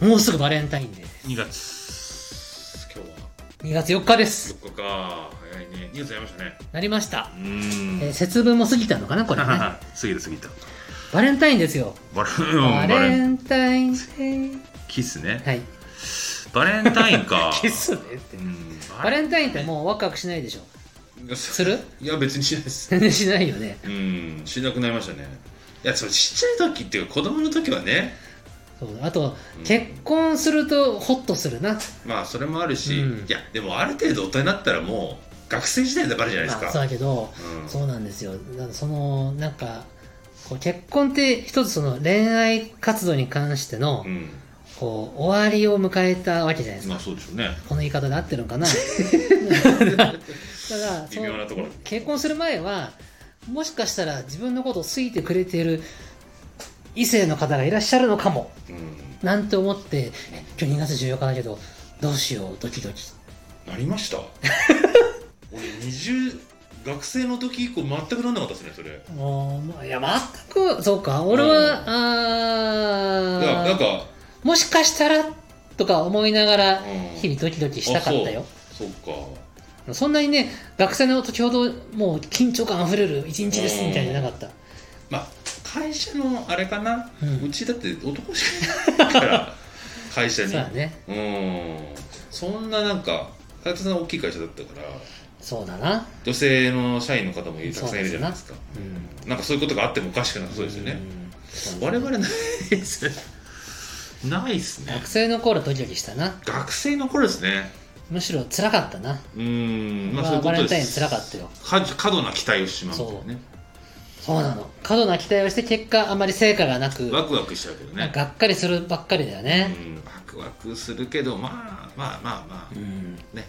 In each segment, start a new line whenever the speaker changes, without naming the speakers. もうすぐバレンタインデーです
2月今日は
2月4日です
4日か早いね2月やりましたね
なりました
うーん、
えー節分も過ぎたのかなこれね
過ぎた過ぎた
バレンタインですよ
バレ
バ
ンバレ
レ
ン
ンタインデー
キスね、
はい
バレンタインか
キスねって
うん
バレンタインってもうワクワクしないでしょする
いや別にしないです
全然しないよね
うんしなくなりましたねいやそれちっちゃい時っていうか子供の時はね
そうあと
うん
結婚するとホッとするな、
まあそれもあるし、
うん
いやでもある程度大人になったらもう学生時代でバレるじゃない
ま
で
あ、
す
そう
か、
だけど
うん
そうなんですよなんかそのなんかこう結婚って一つその恋愛活動に関しての、
うん
こう終わりを迎えたわけじゃないですか、
まあそうでしょうね
この言い方で合ってるのか なだ から
微妙なところ
結婚する前はもしかしたら自分のことを好いてくれている異性の方がいらっしゃるのかも
うん
なんて思ってえ今日2月14日だけどどうしようドキドキ
なりました 俺20学生の時以降全くなんなかったですねそれい
もうまあいや全くそうか俺は、
うん
あ
や
ー
なんか
もしかしたらとか思いながら
うん
日々ドキドキしたかったよ、
そうか
そんなにね学生の時ほどもう緊張感あふれる一日ですみたいなのなかった、
まあ会社のあれかな、
う
うんちだって男しかいないから 会社
そう
に
だね
うんそんななんか斉藤さん大きい会社だったから
そうだな
女性の社員の方もいるたくさんいるじゃないですか
うん
なんかそういうことがあってもおかしくなさそうですよね、
ん
我々ないですねないっすね
学生の頃ドキドキしたな
学生の頃ですね
むしろ辛かったな、
うーん
ま
ま
あ
あそういうこ
バレ
と
ンタイン
です
辛かったよ
か過度な期待をしまうみたいなね
そうなの過度な期待をして結果あまり成果がなく
ワクワクしちゃうけど
なん
ね
かがっかりするばっかりだよ
う
ね、
んワクワクするけどまあまあまあまあ
うん
ね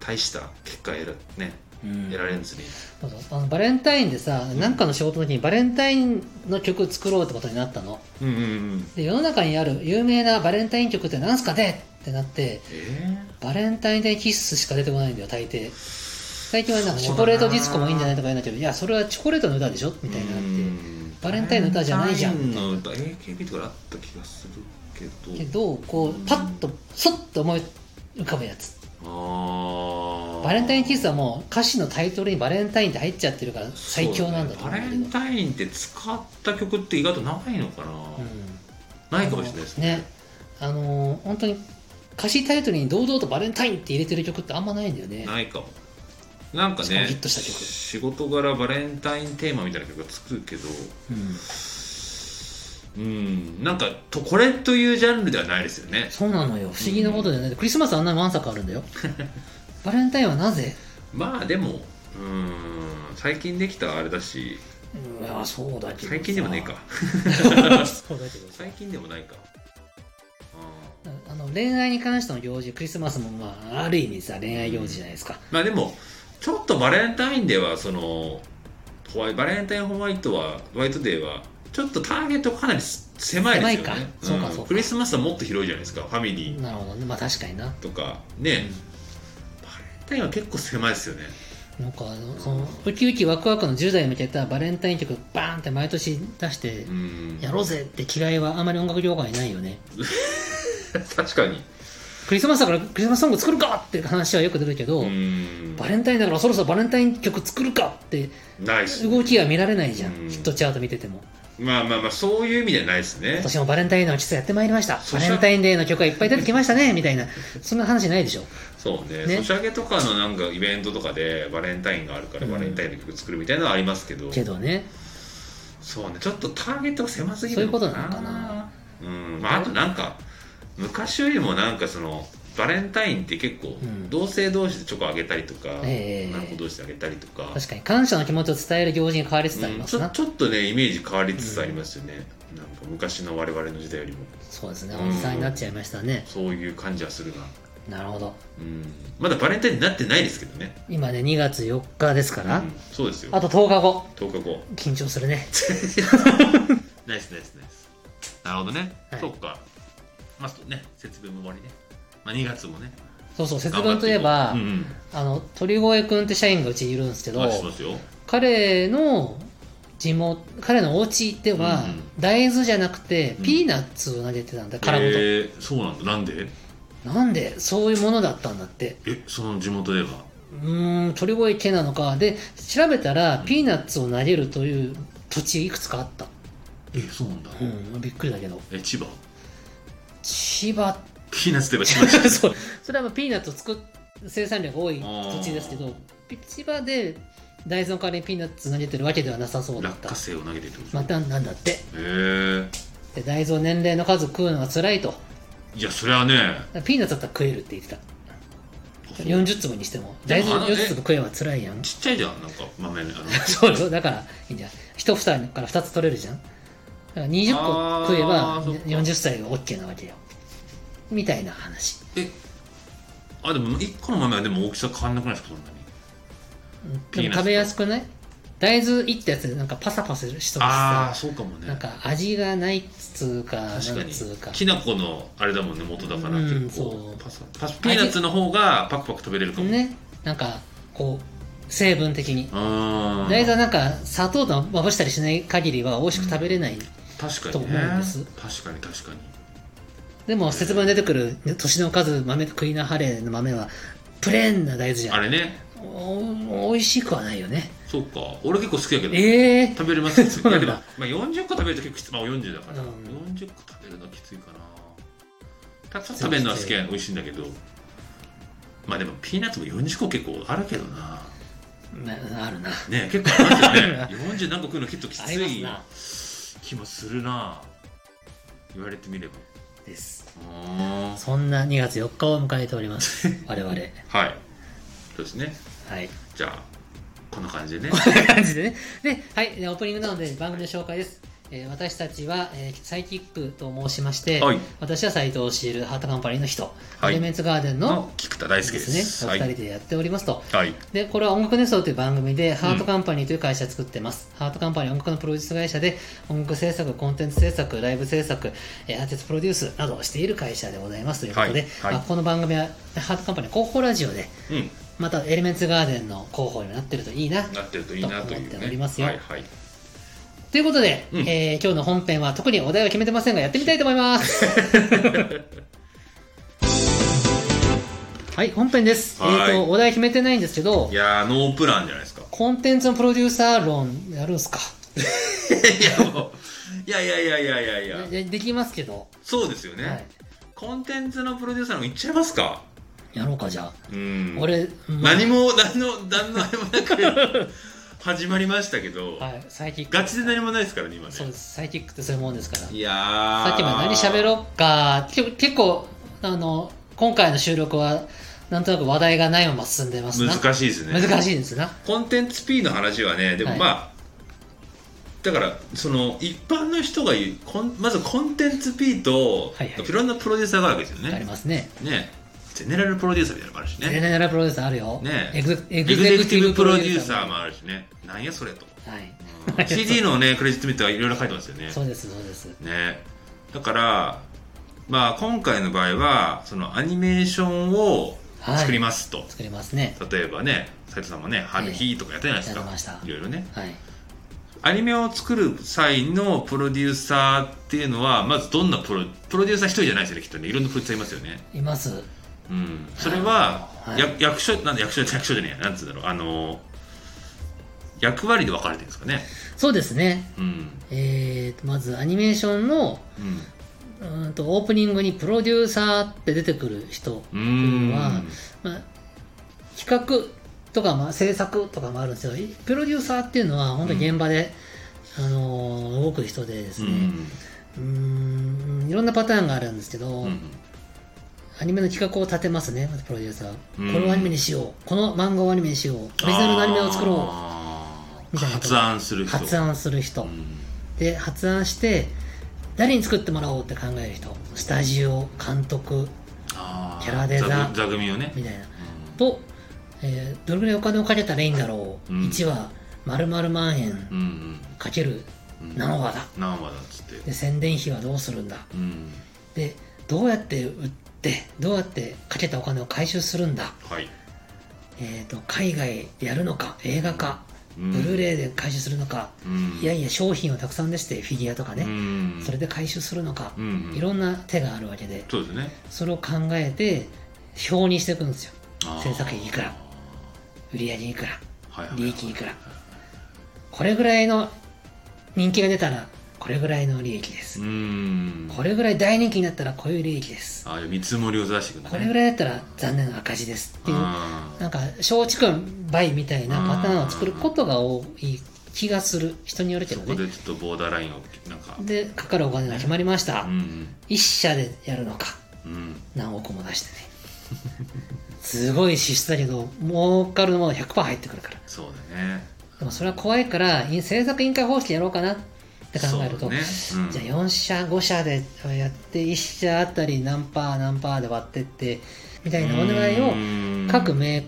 大した結果得ら,、ね、
うん
得られんずに
そうそうあのバレンタインでさなんかの仕事の時にバレンタインの曲作ろうってことになったの
うんうんうん
で世の中にある有名なバレンタイン曲ってなんすかねってなって
え
バレンタインデーキッスしか出てこないんだよ大抵最近はなんかチョコレートディスコもいいんじゃないとか言うんだけどいやそれはチョコレートの歌でしょ
え
みたいになって
ん
バレンタインの歌じゃないじゃん
バレンタインの歌 AKB とかあった気がするけど
けどこうパッとそっと思い浮かぶやつ
あー
バレンタインキッスはもう歌詞のタイトルにバレンタインって入っちゃってるから最強なんだと
そう
思う
ね
んだ
バ
けど
レンタインって使った曲って意外とないのかな、
うん
ないかもしれないですね
あのねあの本当に歌詞タイトルに堂々とバレンタインって入れてる曲ってあんまないんだよね
ないかもなんか
しかも
ね
ヒットした曲
仕事柄バレンタインテーマみたいな曲が作るけど
うん
うんなんかとこれというジャンルではないですよね
そうなのよ不思議なことじゃない、クリスマスあんなに満作あるんだよバレンタインはなぜ
まあでもうん最近できたあれだし
いやそうだけど
最近でもねえか
そうだけど
最近でもないかうん
あの恋愛に関しての行事クリスマスもまあある意味さ恋愛行事じゃないですか、
まあでもちょっとバレンタインではそのホワイバレンタインホワイトはホワイトデーはちょっとターゲットかなりす狭いですよね
狭いかそうか
ん
そうか
クリスマスはもっと広いじゃないですかファミリー
なるほどねまあ確かにな
とかね、バレンタインは結構狭いですよね
なんかあのそのウキウキワクワクの10代に向けたバレンタイン曲バーンって毎年出して
うん
やろうぜって気概はあまり音楽業界にないよね
確かに
クリスマスだからクリスマスソング作るかっていう話はよく出るけど、
うん
バレンタインだからそろそろバレンタイン曲作るかって
ないし
動きは見られないじゃん、
うん
ヒットチャート見てても
まあまあまあそういう意味ではないですね
今年もバレンタインデーの季節やってまいりました
そ
バ
し
レ
たら
ンタインデーの曲がいっぱい出てきましたねみたいなそんな話ないでしょ
そうね
ね
ソシャゲとかのなんかイベントとかでバレンタインがあるからバレンタインの曲作るみたいなのはありますけど、
けどね
そうねちょっとターゲットが狭すぎ
そうい
る
うことなのかな
うんまああとなんか昔よりもなんかそのバレンタインって結構
うん
同性同士でチョコあげたりとか、
ええ
女の子同士であげたりとか
確かに感謝の気持ちを伝える行事に変わりつつあり
うん
ま
ち
す
ょ
な、
ちょっとねイメージ変わりつつありますよね、なんか昔の我々の時代よりも
そうですね
うん
おじさんになっちゃいましたね、
そういう感じはするな、
なるほど
うん、まだバレンタインになってないですけどね、
今ね2月4日ですか
う
ら、
んそうですよ
あと10日後
10日後
緊張するね
ナイスナイスナイスなるほどね、
はい
そっかまあそうね節分も終わりね、まあ、2月もね
そうそう節
頑張
分
って
といえば、
うんうん
あの鳥越くんって社員がうちにいるんですけど
あしますよ
彼の地元彼のお家では、
うん
大豆じゃなくて
うん
ピーナッツを投げてたんだ、殻ごと、
えー、そうなんだなんで
なんでそういうものだったんだって
えその地元では
うーん鳥越家なのかで調べたらピーナッツを投げるという土地いくつかあった、
えそうなんだ、
うん、びっくりだけど
え千葉
千葉っ
ピーナッツといえば千葉じゃん
てそう それはまあピーナッツを作っ生産量が多い土地ですけどピ千葉で大豆の代わりにピーナッツ投げてるわけではなさそうだっ
落
た
花生を投げてるってこと
またなんだって
へえ
で大豆を年齢の数食うのは辛いと
いやそれはね
ピーナッツだったら食えるって言ってた
ち
40粒にしても
で
大
も
豆
あの
40粒食えば辛いやん
っちゃいじゃんなんか豆あの
そうよだからいいんじゃん1房から2つ取れるじゃんだから20個食えば
あーそっか
40歳が OK なわけよみたいな話
えあでも一個の豆はでも大きさ変わんなくないですかそんなに
でも食べやすくない大豆いってやつなんかパサパサしとるし
ああ
さ
そうかもね
なんか味がないっつうかなん
確かに
つうか
きな粉のあれだもんね元だから
うん
結
そ
構
う
パサパサピーナッツの方がパクパク食べれるかも
ねなんかこう成分的に
あ
大豆はなんか砂糖とまぶしたりしない限りは美味しく食べれない、
確か
と
に
思
ね
うんです
確かに確かに
でも節分に出てくる年の数豆クイナハレの豆はプレーンな大豆じゃ
あ
ん
れね
おおいしくはないよね
そうか俺結構好きだけど
ええ
食べれ ますよ
そうなんだ
けどまあ、40個食べると結構きついまあ40だから、
うん
40個食べるのはきついかなたくさん食べるのは好きや美味しいんだけどまあでもピーナッツも40個結構あるけどな
なあるな
ね結構あるよ
あ
ね40何個 食うの結構き
あ
つ
ります
い
な
気もするな言われてみれば
です
あー
そんな2月4日を迎えております 我々は
はいそうですね
い
じゃあこんな感じ でね
こんな感じでね。で、はい、でオープニングなので番組の紹介です。えー私たちは、えーサイキックと申しまして、
はい
私は斎藤茂ハートカンパニーの人、
は
エ
い
レメンツガーデンの
の菊田大輔
で
です
すね、お
は
二人
い、
でやっておりますと。
はい、
で、これは音楽熱奏という番組で、ハートカンパニーという会社を作ってます。ハートカンパニーは音楽のプロデュース会社で、音楽制作、コンテンツ制作、ライブ制作、えーアーティストプロデュースなどをしている会社でございますということで、
はいはい
まあこの番組は、ハートカンパニーの広報ラジオで、
うん
またエレメンツガーデンの広報にもなってるといいな
なってるといいな
と
という
思って
ね
おりますよ
はいはい
ということで、
うん
えー今日の本編は特にお題は決めてませんがやってみたいと思います はい本編です、え
はい
ー、とお題決めてないんですけど
いやーノープランじゃないですか
コンテンツのプロデューサー論やるんすか
いやもういやいやいやいやいやいや
でできますけど、
そうですよね、
はい、
コンテンツのプロデューサーの方いっちゃいますか
やろうかじゃあ、
うん
俺、まあ
何も何の何のあれもなく始まりましたけど、
はい、サイキック
ガチで何もないですからね今ね
そうですサイキックってそういうもんですから
いやー
さっきまで何喋ろうか結構結構あの今回の収録はなんとなく話題がないまま進んでますな
難しいですね
難しいですな
コンテンツ P の話はねで
は
も
い
まあ、だからその一般の人が言うこんまずコンテンツ P と、
はい
い
はい
ろんなプロデューサーがあるわけですよ
あり
ね
ますね
ねゼネラルプロデューサーみたいなのもあるし
ゼ
ね
ネラルプロデューサーあるよ。
ね
エグエ
エ
グ
グ
ゼ
ゼ
ク
ク
テ
テ
ィ
ィ
ブ
ブ
プ
プ
ロ
ロ
デ
デ
ュ
ュ
ー
ー
サ
サ
ー
ー
も。
もあるしねなんやそれと、
はい。
うん CD のねクレジット見てはいろいろ書いてますよね
そうです、そうです。
ねだからまあ今回の場合はそのアニメーションを作りますと、
作りますね。
例えばね斉藤さんもね「春日」とかやったじゃないです
や
か、
りました
い。ろいろね
はい。
アニメを作る際のプロデューサーっていうのはまずどんなプロプロデューサー一人じゃないですよねきっとねいろんなプロデューサーいますよね
います。
うんそれは、
はい
や役所なんだ役所役所じゃねえやなんつうんだろうあの役割で分かれてるんですかね
そうですね。
うん
えーと、まずアニメーションの、
うん
うーんと、オープニングにプロデューサーって出てくる人、
うー
は
ん
まあ、企画とか、まあ、制作とかもあるんですよ。プロデューサーっていうのは、本当に現場で、あのー動く人でです
う
ね、
ん
うーん、いろんなパターンがあるんですけど、
うん
アニメの企画を立てますね、まずプロデューサー。
うん
これをアニメにしよう。この漫画をアニメにしよう。オリジナルのアニメを作ろ
あー
みたいなこと
発案する
う。
人
発案する
う
人。
ん
で、発案して、誰に作ってもらおうって考える人。スタジオ、監督、
あー
キャラデザ
座座組をね
みたいな。
うん
と、えーどれぐらいお金をかけたらいいんだろう。
うん
1話、丸々万円
うん
かける
うんうん
何話だ。
何話だっつって
で、宣伝費はどうするんだ。
うん
で、どうやって売って、どうやってかけたお金を回収するんだ。
はい
えーと、海外でやるのか、映画化、
うん
ブルーレイで回収するのか、
うん
いやいや商品をたくさん出してフィギュアとかね、
うん
それで回収するのか
う、ん
いろんな手があるわけで
そうですね
それを考えて表にしていくんですよ
あー
制作費いくら売り上げいくら
はいはいはい
利益いくらこれぐらいの人気が出たらこれぐらいの利益です、
うん
これぐらい大人気になったらこういう利益です、
ああ見積もりを出していくんだね
これぐらいだったら残念な赤字ですっていう
あ
なんか松竹梅みたいなパターンを作ることが多い気がする人による
ー
け
そ
ど
こ
ね
でちょっとボーダーラインをなんか
でかかるお金が決まりました、
うん
一社でやるのか
うん
何億も出してね すごい支出だけど儲かるもの100%入ってくるから
そうだね
でもそれは怖いからい制作委員会方式やろうかなって考える
そ
と、
うだねうん
じゃあ4社5社でやって1社あたり何パー何パーで割ってってみたいなお願いを
うん
各メー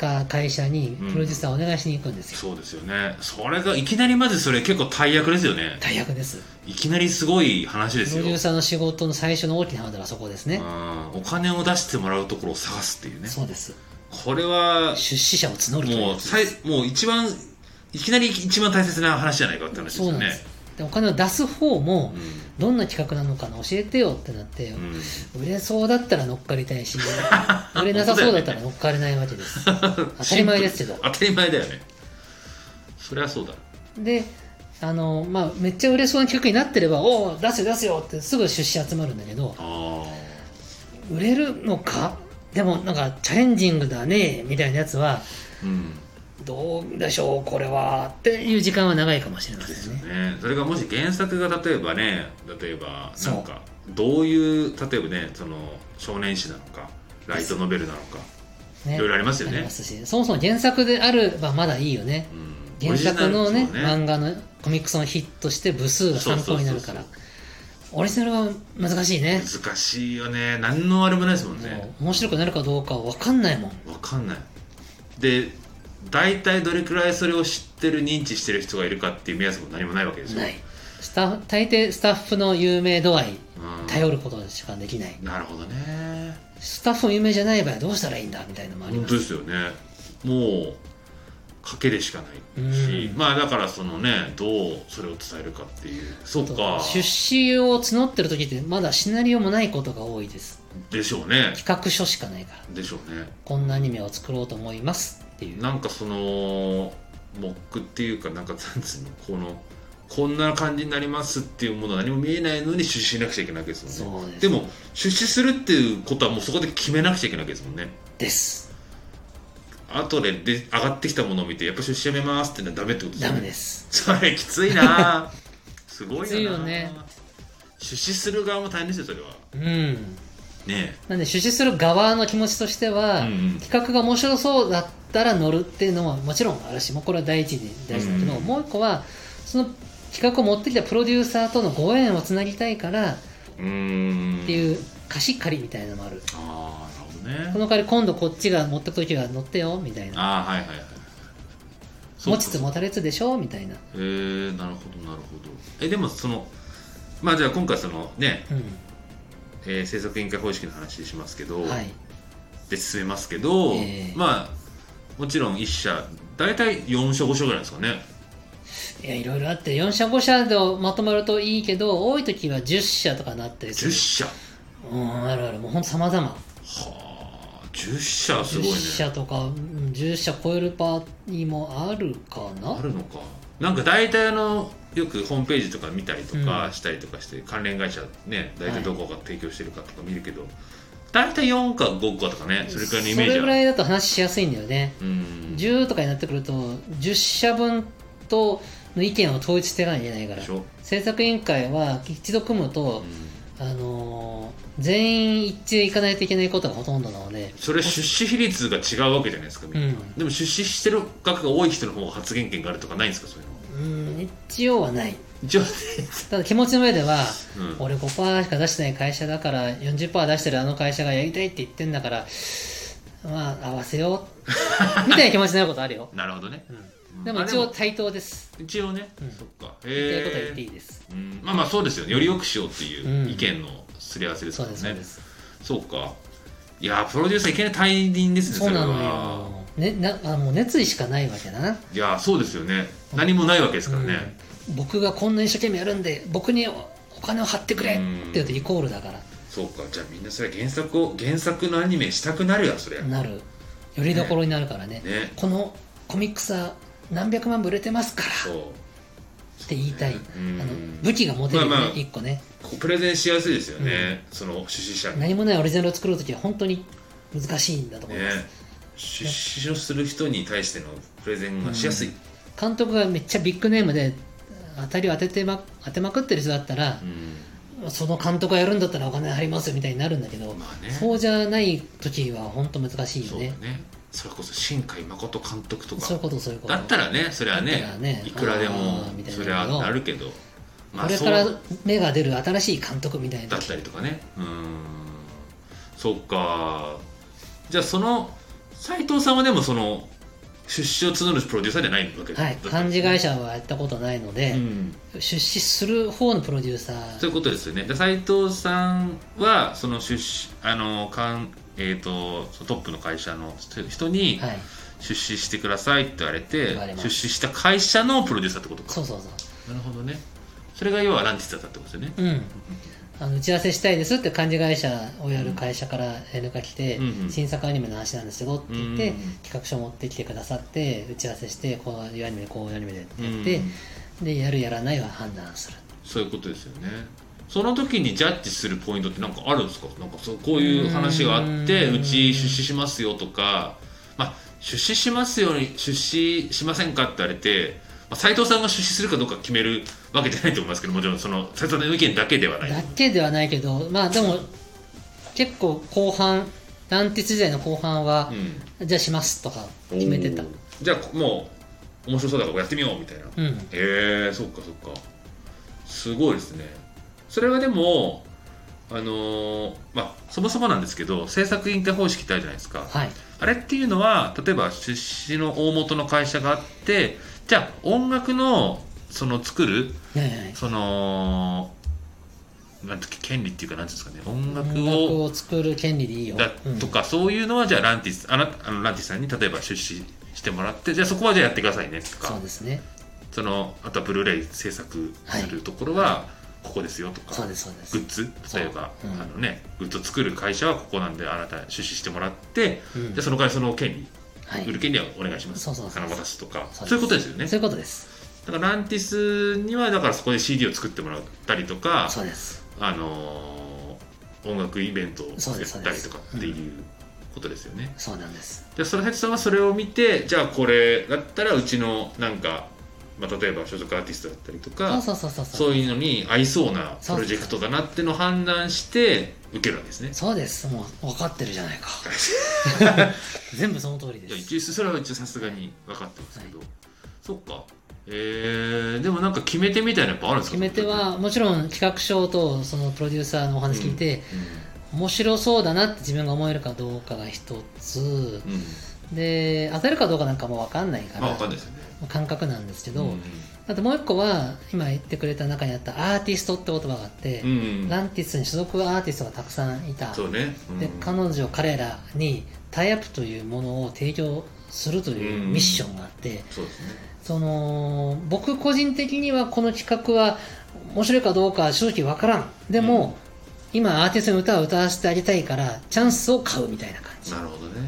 カー会社に
うん
プロデューサーお願いしに行くんですよ
そうですよねそれがいきなりまずそれ結構大役ですよね
大役です
いきなりすごい話で
プ
す
ロ
よ
デューサーの仕事の最初の大きなハードルはそこですね
うんお金を出してもらうところを探すっていうね
そうです
これは
出資者を募るという
も
や
う
つ
さい
です
もう一番いきなり一番大切な話じゃないかって話です
そう
よ
なんで
ね
すでお金を出す方も
うん
どんな企画なのかの教えてよってなって、
うん
売れそうだったら乗っかりたい し売れなさそうだったら乗っかれないわけです当たり前ですけど
当たり前だよねそりゃそうだ
であのまあめっちゃ売れそうな企画になってれば「おお出せ出せよ」ってすぐ出資集まるんだけど
あ
売れるのかでもなんかチャレンジングだねみたいなやつは
ーうん
どうでしょうこれはっていう時間は長いかもしれま
です
せん
よ
ね
ねそれがもし原作が例えばね例えば
そう
なんかどういう例えばねその少年誌なのかライトノベルなのか、
ね
いろいろありますよ
あり
ね
ま、すしそもそも原作であればまだいいよね
うん、
原作のね
オリジナル
漫画のコミックスのヒットして部数が参考になるから
そう
オリジナルは難しいね
難しいよね何のあれもないですもん
も
ね
う面白くなるかどうかは分かんないもん
わかんないで大体どれくらいそれを知ってる認知してる人がいるかっていう目安も何もないわけですよ
ないスタッフ大抵スタッフの有名度合い
うん
頼ることしかできない
なるほどね
スタッフも有名じゃない場合はどうしたらいいんだみたいなのもあり
本
ま
当
す
ですよねもう賭けでしかないし、
うん
まあだからそのねどうそれを伝えるかっていうそっか
出資を募ってる時ってまだシナリオもないことが多いです
でしょうね
企画書しかないから
でしょうね
こんなアニメを作ろうと思いますっていう
なんかそのモックっていうかなんかなんつうのこのこんな感じになりますっていうもの何も見えないのに出資しなくちゃいけないわけですもんね
そうです
でも出資するっていうことはもうそこで決めなくちゃいけないわけですもんね
です
後でで上がってきたものを見てやっぱ出資やめますってのはダメってことです
ダ
よ
メ
ね
です
それきつい なすごいよな
きついよね
出資する側も大変ですよそれは
うん
ね
なんで出資する側の気持ちとしては、
うんうん
企画が面白そうだったら乗るっていうのはもちろんあるしもうこれは第一に大事だけど、
うん
もう一個はその企画を持ってきたプロデューサーとのご縁をつなぎたいからっ
うーん
ていう貸し借りみたいなのもある、
ああなるほ
こ
どね
の代わり今度こっちが持った時は乗ってよみたいな
ああはいはいはい
持ちつ
も
持たれつでしょみたいな、
えー、なるほどなるほどえでもそのまあじゃあ今回そのね、
うん、
えー制作委員会方式の話しますけど、
はい
で進めますけど、
ええ
まあもちろん1社大体4社5社ぐらいですかね
いやいろいろあって4社5社でまとまるといいけど多い時は10社とかなったりす
10
る
社
うんあるあるもうほんと様々
はあ10社すごいね
10社とかうん10社超えるパーティーもあるかな
あるのかなんか大体あのよくホームページとか見たりと
う
か
ん
したりとかして、関連会社ね大体どこが提供してるかとか見るけど、大体4か5かとかねそれくらいのイメージ
それ
は
ぐらいだと話しやすいんだよね
うん
10とかになってくると10社分との意見を統一していかないといけないか
で
ら
しょ、
制作委員会は一度組む
う
と、
ん
あのー全員一致でいかないといけないことがほとんどなので
それ出資比率が違うわけじゃないですか、みんな
うん
でも出資してる額が多い人の方が発言権があるとかないんですかそういうの
うん一応はない
一応、
ただ気持ちの上では
うん、
俺5%しか出してない会社だから40%出してるあの会社がやりたいって言ってんだからまあ合わせよ うみたいな気持ちになることあるよ、
なるほどね、
うん、でも一
あ
応対等です
一応ね、
うん
そっか
言いたいことは言
へ
ってい
え
いです、
うんまあまあそうですよねより良くしようってい
うん
う意見のすり合わせです
そ
か
う
ら
で
ね、
すそうです
そうかいやープロデューサーいきなり退任ですね
そうなの
れは
よね、なあもう熱意しかないわけだな。
いやそうですよね何もないわけですからね、
うん僕がこんな一生懸命やるんで僕におお金を張ってくれ
うん
って言うとイコールだから、
そうかじゃあみんなそれは原作を原作のアニメしたくなるやそれ、
なるよりどころになるからね
ね
このコミックさ何百万部売れてますから
そう
って言いたい、
うん
あの武器が持てるよね、
まあまあ
一個ね
こうプレゼンしやすいですよね、その出資者にね
何もないオリジナルを作るときは本当に難しいんだと思います、
出資をする人に対してのプレゼンがしやすい、
監督がめっちゃビッグネームで当たりを当てて、ま、当てまくってる人だったら
う、ん
その監督がやるんだったらお金入りますよみたいになるんだけど、
まあね
そうじゃない時は本当難しいよ
そうだ
ね
ねそれこそ新海誠監督とか
そういうことそういうこと
だったらねそれはね
だったらね
いくらでも
あーみたいな
それはなるけどま
こ
あ
れ
そ
から
う
芽が出る新しい監督みたいな
だったりとかねうーんそっかじゃあその斎藤さんはでもその出資を募るプロデューサーじゃないわけ
はい
だ
漢字会社はやったことないので、
うん
出資する方のプロデューサー
そういうことですよね。で斉藤さんはその出資あのかんえっ、とそのトップの会社の人に
はい
出資してくださいって言われて、
言われます
出資した会社のプロデューサーってことか。
そうそうそ
なるほどね。それが要はランティスだったってことですよね。
ううんあの打ち合わせしたいですって漢字会社をやる会社から連絡が来て、
うんうん
新作アニメの話なんですけどって言って、
うん
企画書を持ってきてくださって打ち合わせしてこういうアニメでこういうアニメでってやっ
う
て
ん、
でやるやらないは判断する
そういうことですよね。その時にジャッジするポイントってなんかあるんですか。なんかそうこういう話があって
うーん
うち出資しますよとか、まあ出資しますように出資しませんかって言われて、まあ、斉藤さんが出資するかどうか決めるわけじゃないと思いますけど、もちろんその斉藤さんの意見だけではない。
だけではないけどまあでも結構後半ランティス時代の後半は
う、ん
じゃあしますとか決めてた
おーじゃあもう面白そうだからやってみようみたいな。
うん
えー、そっかそっかすごいですねそれはでもあのーまあそもそもなんですけど制作委員会方式ってあるじゃないですか、
はい
あれっていうのは例えば出資の大元の会社があってじゃあ音楽のその作る
はいはい
そのなんていうか権利っていうかなんていうんですかね音楽
音楽
を
を作る権利でいいよ
だ
うん
とか、そういうのはじゃあランティスあなあのランティスさんに例えば出資してもらってじゃあそこはじゃあやってくださいねとか
そうですね
そのあとはブルーレイ制作するところはここですよとか、
そうですそうです
グッズ例えば、
そううん
あのね、グッズを作る会社はここなんであなた出資してもらって、
うん
でその会社その権利、
はい
売る権利はお願いします
そうそうそう
金渡すとか
そ
そ
です
うういうことですよね
そういうことです
だからランティスにはだからそこで CD を作ってもらったりとか、
そうです
あのー音楽イベントをやっ
そうです
たりとかっていうことですよね。
そうなんです
でそのヘッさんはそれを見てじゃあこれだったらうちのなんか、まあ、例えば所属アーティストだったりとか
そうそうそうそう
そういうのに合いそうな
そ
プ
う
ロジェクトだなってのを判断して受けるわけですね。
そうですもう分かってるじゃない か全部その通りで
いや
す
一応それは一応さすがに分かってますけど、そっかえー、でもなんか決め手みたいなやっぱあるんです
決
か
め手はもちろん企画書とそのプロデューサーのお話聞いて、面白そうだなって自分が思えるかどうかが一つ
うん、うんうん
で当たるかどうかなんかも分かんないから、
まあ分かんないですよね
感覚なんですけど、
うん
あともう一個は今言ってくれた中にあったアーティストって言葉があって、
うん
ランティスに所属アーティストがたくさんいた、
そうね、うん
で彼女彼らにタイアップというものを提供するというミッションがあって、
そうですね
その僕個人的にはこの企画は面白いかどうか正直わからんでも、今アーティストに歌を歌わせてあげたいからチャンスを買うみたいな感じ
なるほどね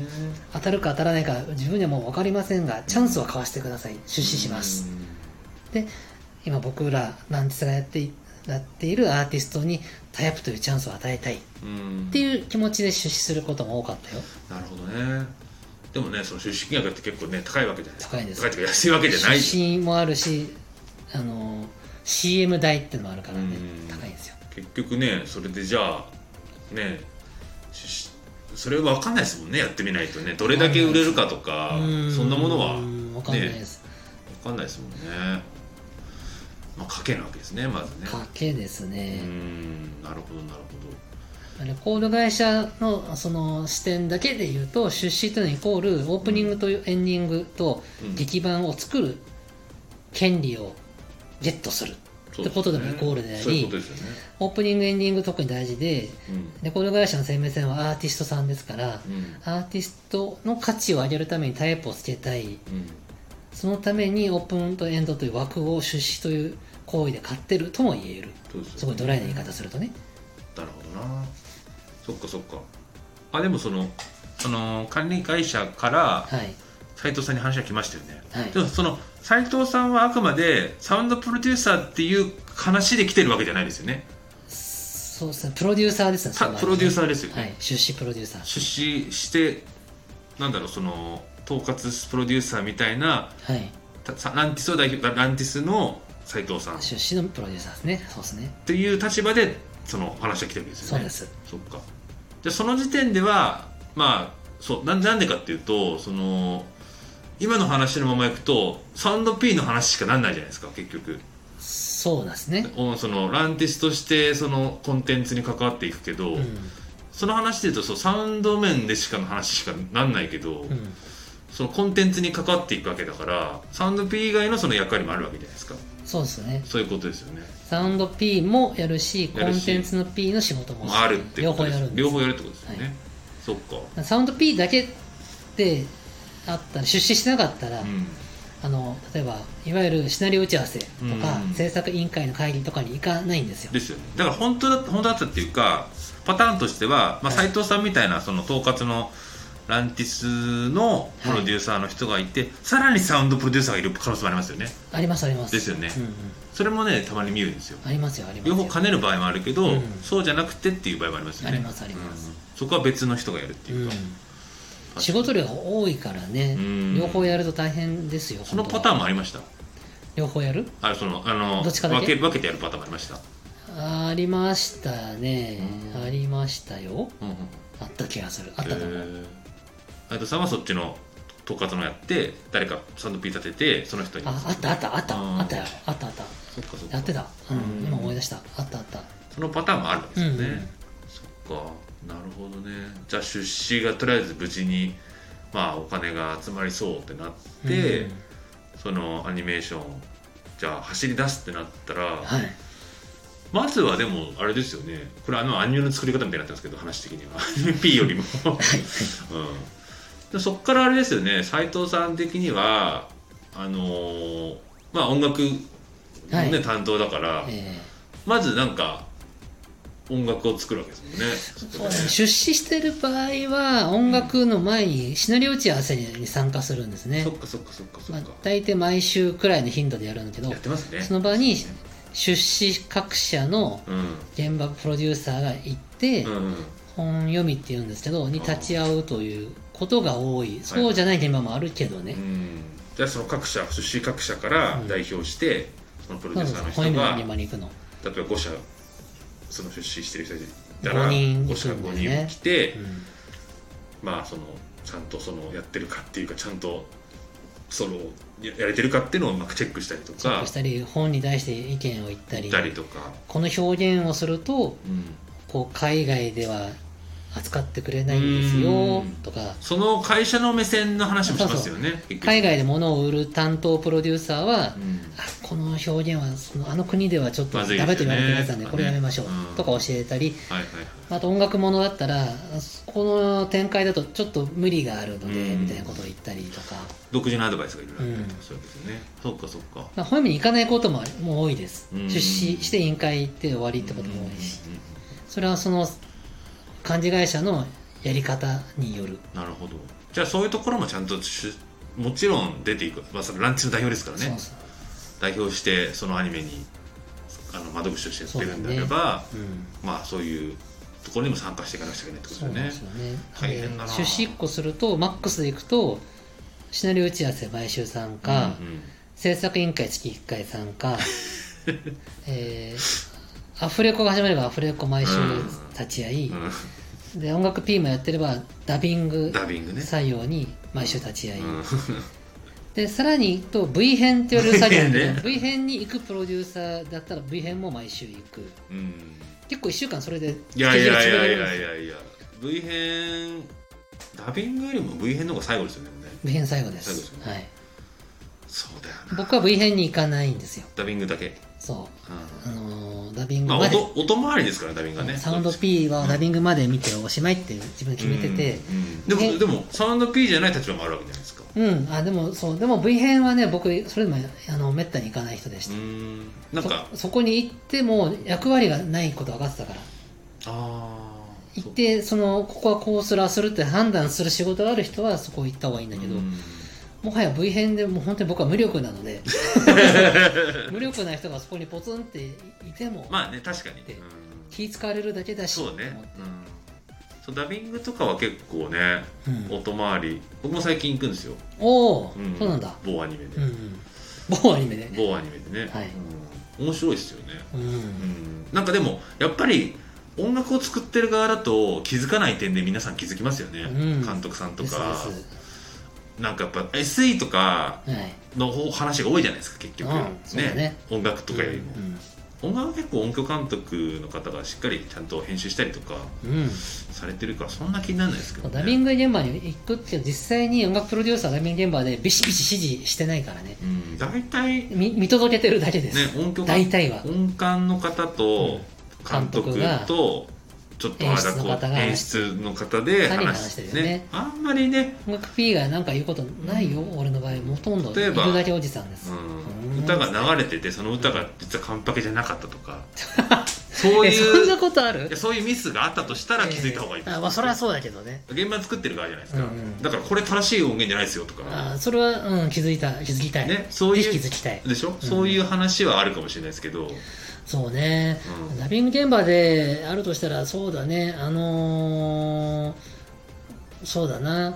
当たるか当たらないか自分ではもう分かりませんがチャンスは買わせてください出資します、で今僕らランティスがやっていやっているアーティストにタイアップというチャンスを与えたいっ
うん、うん
ていう気持ちで出資することも多かったよ
なるほどねでもねその出資金額って結構ね高いわけじゃないですか
高いです
高いっていうか安いわけじゃない
出資もあるしあの CM 代っていうのもあるからね
うん
高いんですよ
結局ねそれでじゃあねししそれ分かんないですもんねやってみないとねどれだけ売れるかとか
う
そんなものは
う
分
んわかんないです、
かんないですもんねまあ賭けなわけですねまずね
賭けです
う
ね、
んなるほどなる
レコード会社のその視点だけで言うと出資というのはイコールオープニングとエンディングと
うん
劇版を作る権利をゲットするっ
そう
ってことでもイコールであり
そういうことですよね。
オープニングエンディング特に大事でレコード会社の生命線はアーティストさんですから
うん。うん。
アーティストの価値を上げるためにタイプをつけたい
うん。
そのためにオープンとエンドという枠を出資という行為で買ってるとも言える
そうですよね
すごいドライな言い方するとね
なるほどなそっかそっかあでもそのその管理会社から
はい
斉藤さんに話が来ましたよね、
はい
でもその斉藤さんはあくまでサウンドプロデューサーっていう話で来てるわけじゃないですよね
そうですねプロデューサーですね
さ
それはね
プロデューサーですよね、
はい出資プロデューサー
出資してなんだろうその統括プロデューサーみたいな
はい
たさランティスを代表ランティスの斉藤さんっ
出資のプロデューサーですねそうですね
ていう立場でその話が来てるわけです
そう
よね
です
そっかじゃあその時点ではまあそうなんなんでかっていうとその今の話のままいくとサウンド P の話しかなんないじゃないですか結局
そうなんですね
おそのランティスとしてそのコンテンツに関わっていくけど、
うん
その話でいうとそうサウンド面でしかの話しかなんないけど、
うん
そのコンテンツに関わっていくわけだからサウンド P 以外のその役割もあるわけじゃないですか
そうですね
そういうことですよね
サウンド P もやるしコ
やるし
ンテンツの P の仕事も
もうあるって
両
こと
方
で
やるん
す
で
両
す
方やるってことですよね、
はい
そっか
サウンド P だけであったら出資してなかったら、
うん
あの例えばいわゆるシナリオ打ち合わせとか、
うん
制作委員会の会議とかに行かないんですよ
ですよねだから本当だ本当だったっていうかパターンとしては、まあ、
はい
斉藤さんみたいなその統括のランティスのプロデューサーの人がいて、さらにサウンドプロデューサーがいる可能性もありますよね
ありますあります
ですよね
うんうん、
それもねたまに見るんですよ
ありますよあります
両
よ
方兼ねる場合もあるけど、
うん
そうじゃなくてっていう場合もありますよね
ありますあります
うんそこは別の人がやるって
う
いうんか、
仕事量が多いからね、
うん
両方やると大変ですよ
そのパタ
ン
ーンもありました
両方やる
あそのあの
どっちかだけ
分け分けてやるパターンもありました、
ありましたね、
うん
ありましたよ
うんうん、
あった気がするあったと思う、
えー、斉藤さんはそっちの統括のやって誰かサンドピー立ててその人に
ああったあったあった
うん
あったよあったあった
そっかそっか
やってた、うん
うん
今思い出したあったあった
そのパターンもあるんですよ
う
ね、
ん
そっかなるほどねじゃあ出資がとりあえず無事にまあお金が集まりそうってなって、
うん
そのアニメーションじゃあ走り出すってなったら、
はい
まずはでもあれですよねこれあのアニメの作り方みたいになってますけど話的には P よりも、うん、でそっからあれですよね斉藤さん的にはあのーまあ音楽の、ね
はい
担当だから、
えー
まずなんか音楽を作るわけですもんねそこでね
出資してる場合は音楽の前にシナリオ打ち合わせに参加するんですね
そ、っかそっかそっかそ
まあ
っか、、
大体毎週くらいの頻度でやるんだけど
やってますね
その場に出資各社の
うん
現場プロデューサーが行って、
うんうん
本読みっていうんですけどに立ち会うということが多い
はい
そうじゃない現場もあるけどね、
うんじゃあその各社出資各社から代表して、そのプロデュー
そう
サ
そ
ー
う
の
本読
人
みの
が
現場に行くの、
例えば5社その出資してる人いたら
五人
5社
行くんだよね
5人来て、
うん
まあそのちゃんとそのやってるかっていうかちゃんとソロをややれてるかっていうのをうまくチェックしたりと
チェッ
か
クしたり本に対して意見を言った
行
り
ったりとか、
この表現をすると
うん
こう海外では扱ってくれないんですよ
うん
とか
その会社の目線の話もしますよね結局
海外で物を売る担当プロデューサーは、
うん
あこの表現はそのあの国ではちょっと
ま
ダ
ずい
メ
です
と言
よね
われてるやつなんでこれやめましょう
うん
とか教えたり
はいはい
あと音楽ものだったらこの展開だとちょっと無理があるので
うん
みたいなことを言ったりとか、
独自のアドバイスがいろいろあったりと
う
か
ん
するわけですよね、そっかそっか
まあ、本読みに行かないこともあもう多いです
うん
出資して委員会行って終わりってことも多いし
うんうんうん
それはその幹事会社のやり方による
なるほどじゃあそういうところもちゃんとしもちろん出ていく、まあ、そのランチの代表ですからね
そうそう
代表してそのアニメにあの窓口としてやってるんであれば、
うん
まあそういうところにも参加していかなくちゃいけないってこと
そうなん
で
ですす
よね
よね。
大変だな
出資1個すると、マックスでいくと、シナリオ打ち合わせ毎週参加、
うんうん
制作委員会月1回参 加、えーアフレコが始まればアフレコ毎週立ち会い、
う
で、音楽 P もやってれば、ダビング
ん、ダビングね、
作業に毎週立ち会い、
うん、
で、さらに行くと V 編って言われる作業
V 編ね
で、V 編に行くプロデューサーだったら V 編も毎週行く。
うん
結構1週間それで
いやいやいやい
るんで
や
す
い
よ。
やいや V 編ダビングよりも V 編の方が最後ですよねでもね
V 編最後です。
最後です
はい。
そうだよな
僕は V 編に行かないんですよ
ダビングだけ、
そ
うん
う、あのーダビング
まあ
まで、
音音回りですからダビングがね
サウンド P はダビングまで見ておしまいって自分決めてて、
うんうん
ね
でもでもサウンド P じゃない立場もあるわけじゃないですか
うん、あでもそうでも V 編はね僕それでもあのめったに行かない人でし
う
た、
んなんか
そそこに行っても役割がないこと分かってたから
ああ
行ってそのここはこうするああするって判断する仕事がある人はそこ行った方がいいんだけど、もはや V 編でもう本当に僕は無力なの で無力な人がそこにポツンっていても
まあね確かに、
で
うん
気使われるだけだし
そう
と
ね
思って、
うんそうダビングとかは結構ね
うん
音回り僕も最近行くんですよ、
おお、
うん
そうなんだ
某アニメで、
うんうん某アニメで
某アニメでね、
はい
うん面白いですよね、
うん、
うんなんかでもやっぱり音楽を作ってる側だと気づかない点で皆さん気づきますよね、
うん
監督さんと
です
か
です
なんかやっぱ SE とか
はい
の方話が多いじゃないですか結局、
うんそうだね
音楽とかよりも、
うん
音楽は結構音響監督の方がしっかりちゃんと編集したりとか
うん
されてるからそんな気にならないですけど、ね、
ダビング現場に行くって実際に音楽プロデューサーがダビング現場でビシビシ指示してないからね
うん大体ね
見見届けてるだけです、
音響
大体は
音感の方
う
と
ん
監督
監督が
とちょっとあだこう演
演
出の方で
二人
話
話してるよね
あんまりね、
音楽 P がなんか言うことないよ、俺の場合ほとんどい
例え
る
ば
だけおじさんです、
うん
うん
歌が流れててその歌が実は完パケじゃなかった とかそう
えそん
い
な
う
ことある
いやそういうミスがあったとしたら気づいた方がいいです、
えーあまあそれはそうだけどね
現場作ってる側じゃないですか、
うんうん
だからこれ正しい音源じゃないですよと
あ
か、
ーそれは、うん、気づいた気づきたい、
ね、そう
ぜ
い
ひ
う
気づきたい
でしょ、そういう話はあるかもしれないですけど、
そうね、
うん
ダビング現場であるとしたらそうだねあのーそうだな
うん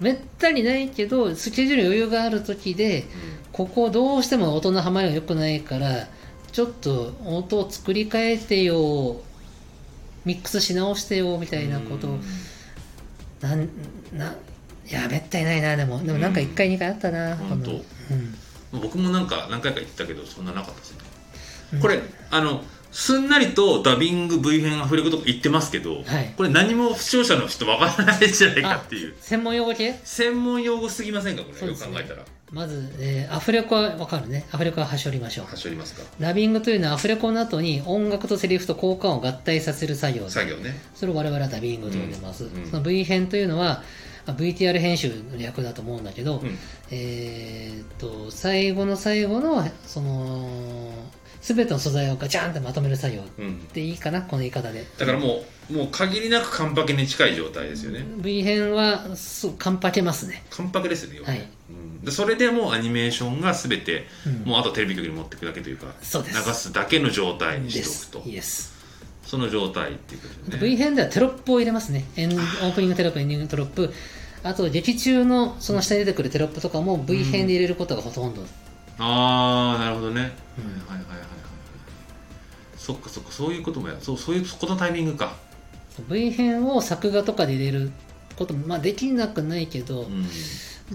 めったにないけどスケジュールに余裕がある時でここどうしても音のハマりが良くないからちょっと音を作り変えてよミックスし直してよみたいなことをなんないやめったにないなでもでもなんか1回2回あったな、
うん
こんなの
本僕もなんか何回か言ったけどそんななかったですね、
うん
これあのすんなりとダビング V 編アフレコとか言ってますけど、
はい
これ何も視聴者の人わからないじゃないかっていう
専門用語系
専門用語すぎませんかこれ、
そう
よ
で
く
す
考
ね
えたら
まず、えーアフレコは分かるねアフレコは端折りましょう
端折りますか
ラビングというのはアフレコの後に音楽とセリフと効果音を合体させる作業で
作業ね
それを我々はダビングと呼んでます、
うんうん
その V 編というのはまあ VTR 編集の略だと思うんだけど、
うん
えーっと最後の最後のその全ての素材をガチャンってまとめる作業っ
うん
ていいかなこの言い方で
だからもうもう限りなく完パケに近い状態ですよね
V 編はそうカンパけますね、
完パケですよね要はね
はい
うんでそれでもうアニメーションが全て
うん
もうあとテレビ局に持っていくだけというか
そうです
流すだけの状態に
で
し
す
とくと
イエス
その状態っていうことですね
V 編ではテロップを入れますねエンオープニングテロップエンディングテロップあと劇中のその下に出てくるテロップとかも V 編で入れることがほとんど、
ああなるほどね、
うん
はいはいはいはいはいそっかそっかそういうこともやそうそういうそこのタイミングか
V 編を作画とかで入れることも、まあ、できなくないけど、
うん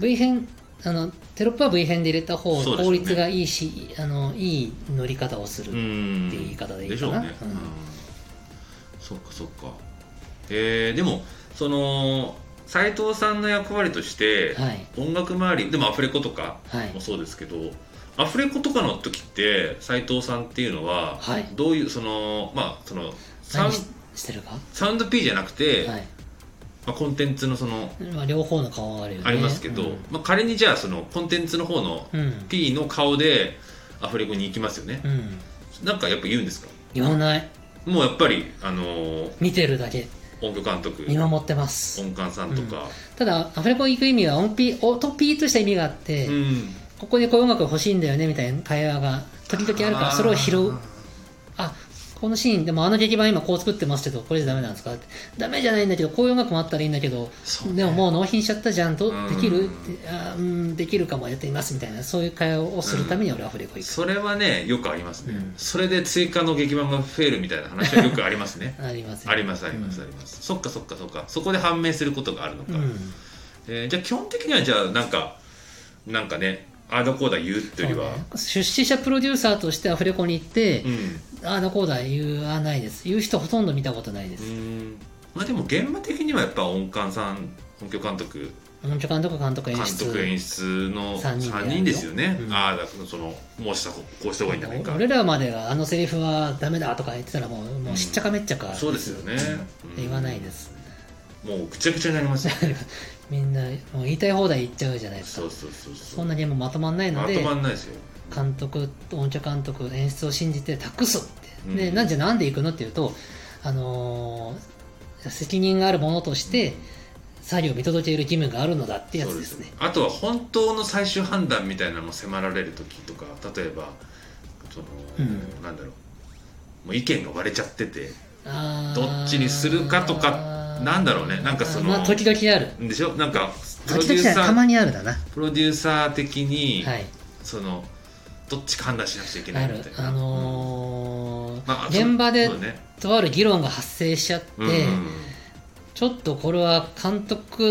V 編あのテロップは V 編で入れた方
そう
が
ですよね
効率がいいし、あのいい乗り方をする、
うん
っていう言い方でいいかな
でしょうね、
うん
そっかそっかえー、でもその斎藤さんの役割として、
はい
音楽周りでもアフレコとか
はい
もそうですけど、アフレコとかの時って斎藤さんっていうのは、
はい
どういうそのまあそのサウン
何ししてるか、は
サウンド P じゃなくて、
い
まあ、コンテンツのその
まあ、両方の顔があるよね
ありますけど、
うん
まあ、仮にじゃあそのコンテンツの方の
うん、
P の顔でアフレコに行きますよね、
うん
なんかやっぱ言うんですか
言わない
もうやっぱり、あのー
見てるだけ
音響監督
見守ってます
音感さんとか、
ただアフレコ行く意味は音 P 音 P とした意味があって、
うん
ここでこういう音楽欲しいんだよねみたいな会話が時々あるからそれを拾うあこのシーンでもあの劇版今こう作ってますけどこれじゃダメなんですかってダメじゃないんだけどこういう音楽もあったらいいんだけど、
そう
で
ね
ももう納品しちゃったじゃんと
うん
できるってあーうんできるかもやってみますみたいなそういう会話をするために俺はアフレコ行く、
それはねよくありますね、
うん
それで追加の劇版が増えるみたいな話はよくあ りますね
ありますよ
ありますありますあります、そっかそっかそっかそこで判明することがあるの
う
か、
ん、
えーじゃあ基本的にはじゃあなんかなんかねああだこうだ言うっていうよりは
そうね出資者プロデューサーとしてアフレコに行って、
うん
ああだこうだ言わないです言う人ほとんど見たことないで
う
す、
んまあでも現場的にはやっぱ音感さん音響監督
文書監督、監督演
監
出。
督演出の
三人でやる
3人ですよね、
うん
ああだからそのもうしたこうした方がいいんじゃないか
俺らまでがあのセリフはダメだとか言ってたらもうもうしっちゃかめっちゃか、
そうですよね、うん
言わないです、
もうぐちゃぐちゃになりますよ
みんなもう言いたい放題言っちゃうじゃないですか
そうそうそ う
そ
そうん
なにもうまとまんないの
ま
で
とまんないですよ
監督音響監督演出を信じて託すって、で
うん
なんじゃなんで行くのっていうとあのー責任があるものとして作業を見届ける義務があるのだってやつですね
そうあとは本当の最終判断みたいなのも迫られる時とか例えばその、
うん
なんだろうもう意見が割れちゃってて
あー
どっちにするかとかなんだろうねなんかその
まあ時々ある
でしょなんかプロ
時
デュ
々
ー
ある
サ
た
ー
まにあるだなは
プロデューサー的に、
い
そのどっちか判断しなくちゃいけな
あ
いみ
る
たいな、
あのー
うんまあ
現場で
そうだね
とある議論が発生しちゃって、
うんうんうん
ちょっとこれは監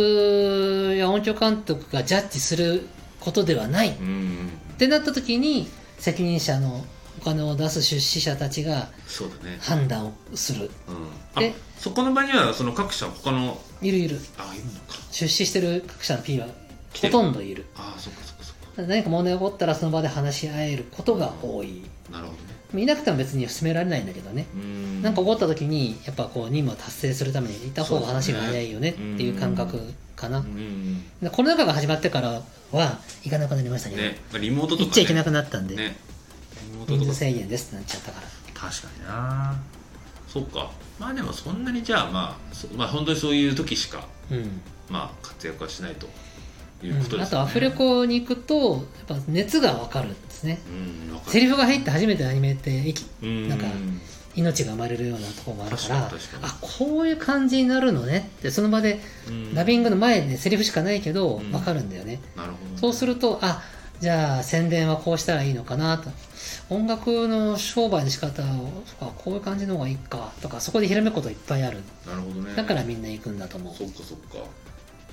督や音響監督がジャッジすることではないっ
うんうん、
てなった時に責任者のお金を出す出資者たちが
そうだね、
判断をする
うん、あ
で
そこの場にはその各社他の
いるいる
あいるのか
出資してる各社の P は
来て
ほ
る
とんどいる
あそっかそっかそっか
何か問題が起こったらその場で話し合えることが多い
なるほどね
いなくても別に進められないんだけどね
うん
なんか起こった時にやっぱこう任務を達成するためにいた方が話が早いよねっていう感覚かな、
うんうん
でコロナ禍が始まってからは行かなくなりましたね
ねリモートとか、ね、
行っちゃいけなくなったんで、
ねリモー
人
トと
数
か
制限ですってなっちゃったから
確かになそっかまあでもそんなにじゃあまあそまあ本当にそういう時しか
うん
まあ活躍はしないといううこと
ん、
で
あ
すね、
とアフレコに行くとやっぱ熱が分かるんですね
うんわかる
セリフが入って初めてアニメって息
うん
なんか命が生まれるようなところもあるから
確かに確かに
あこういう感じになるのねってその場で
うん
ダビングの前でセリフしかないけど
うん
分かるんだよね、
なるほどね
そうするとあじゃあ宣伝はこうしたらいいのかなと音楽の商売の仕方をあこういう感じの方がいいかとかそこでひらめくこといっぱいある
なるほどね
だからみんな行くんだと思う
そっかそっか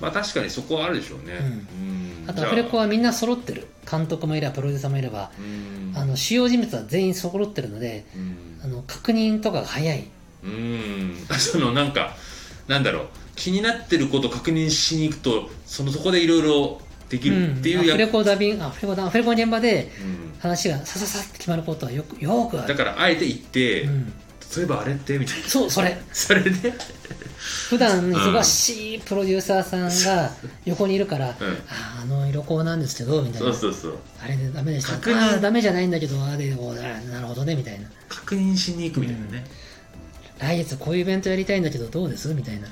まあ確かにそこはあるでしょうね、うん
あとアフレコ
は
はみんな揃ってる監督もいればプロデューサーもいれば
うん
あの主要人物は全員揃ってるので
うん
あの確認とかが早い、
うーん そのなんかなんだろう気になってること確認しに行くとそのそこでいろいろできるってい
ア
う
フ
や、
レコダビンあアフレコだアフレコの現場で
うん
話がさささって決まることはよくよくあ
だ
る、
からあえて行って、
うん、
例えばあれってみたいな
そうそれ
それで、
普段忙しいプロデューサーさんが横にいるから、
うん、
ああの色こうなんですけどみたいな
そうそうそう
あれでダメでした
確認
あーダメじゃないんだけどあれでこうあーなるほどねみたいな
確認しに行くみたいなね、
来月こういうイベントやりたいんだけどどうですみたいな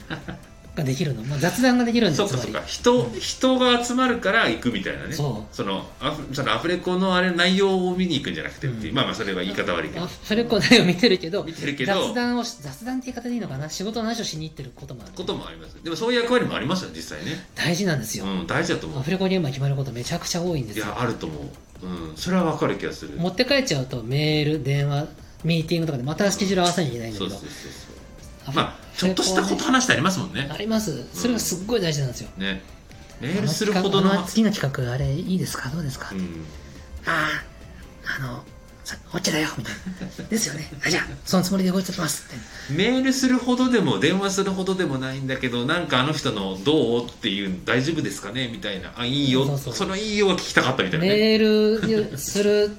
ができるの、まあ、雑談ができるんで
そ
す
うかそう
つま
か人人が集まるから行くみたいなね
りそ
のアフそのアフレコのあれ内容を見に行くんじゃなくてっていう、
うん
まあまあそれは言い方悪いうけ
あ
ど
それこないを見てるけど
見てるけど
雑談をし雑談って言い方でいいのかな仕事の話をしに行ってることもある
こともありますでもそういう役割もありますよ実際ね、
大事なんですよ、
うん、大事だと思
ア
う
フレコ現場決まることめちゃくちゃ多いんで
い
すよ
やあると思う、うん、それは分かる気がする
持って帰っちゃうとメール電話ミーティングとかでまたスケジュール合わせなきゃいけないんだ
そ
け
う
ど
そうそうそう
アフレ
まあちょっとしたこと
アフレコはね
話してありますもんね
ありますそれがすっごい大事なんですよ、
ねメールするほど
あ
の
の次の企画あれいいですかどうですか、
うん
あああのさ OK だよみたいなですよねあじゃあそのつもりで動いておきますって
メールするほどでも電話するほどでもないんだけどなんかあの人の「どう?」っていう「大丈夫ですかね?」みたいな「あいいよ」
そ
そう
そう
の「いいよ」は聞きたかったみたいなね
メールする